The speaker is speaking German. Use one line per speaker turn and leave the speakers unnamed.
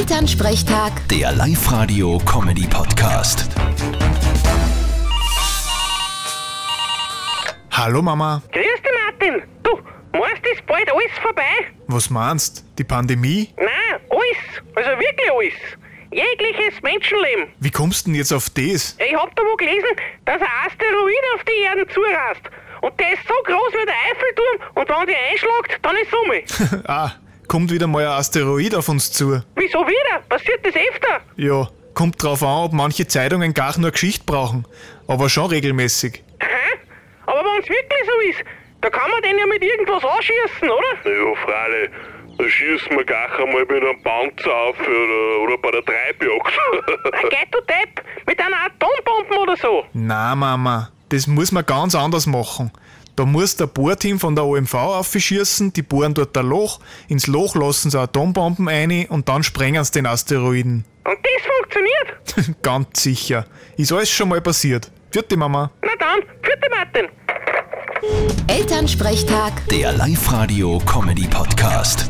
Elternsprechtag,
Der Live-Radio-Comedy-Podcast.
Hallo Mama,
Grüß dich, Martin. Du, meinst du, ist bald alles vorbei?
was meinst? Die Pandemie?
Nein, alles. Also wirklich alles. Jegliches Menschenleben.
Wie kommst denn jetzt auf das?
Ich hab da wo gelesen, dass ein Asteroid auf die Erde zurast. Und der ist so groß wie der Eiffelturm und wenn der einschlagt, dann ist um. Summe.
ah, kommt wieder mal ein Asteroid auf uns zu.
Wieso wieder? Passiert das öfter?
Ja, kommt drauf an, ob manche Zeitungen gar nur Geschichte brauchen, aber schon regelmäßig.
Aha. Aber wenn es wirklich so ist, da kann man den ja mit irgendwas anschießen, oder?
Ja, Freilich. Da schießen wir gleich einmal mit einem Panzer auf oder, oder bei der Treibjagd.
Geht du Depp, mit einer Atombombe oder so.
Na Mama, das muss man ganz anders machen. Da muss der Bohrteam von der OMV aufschießen, die bohren dort ein Loch, ins Loch lassen sie Atombomben ein und dann sprengen sie den Asteroiden.
Und das funktioniert.
ganz sicher. Ist alles schon mal passiert. Vierte Mama.
Na dann, vierte Martin.
Elternsprechtag.
Der Live-Radio-Comedy-Podcast.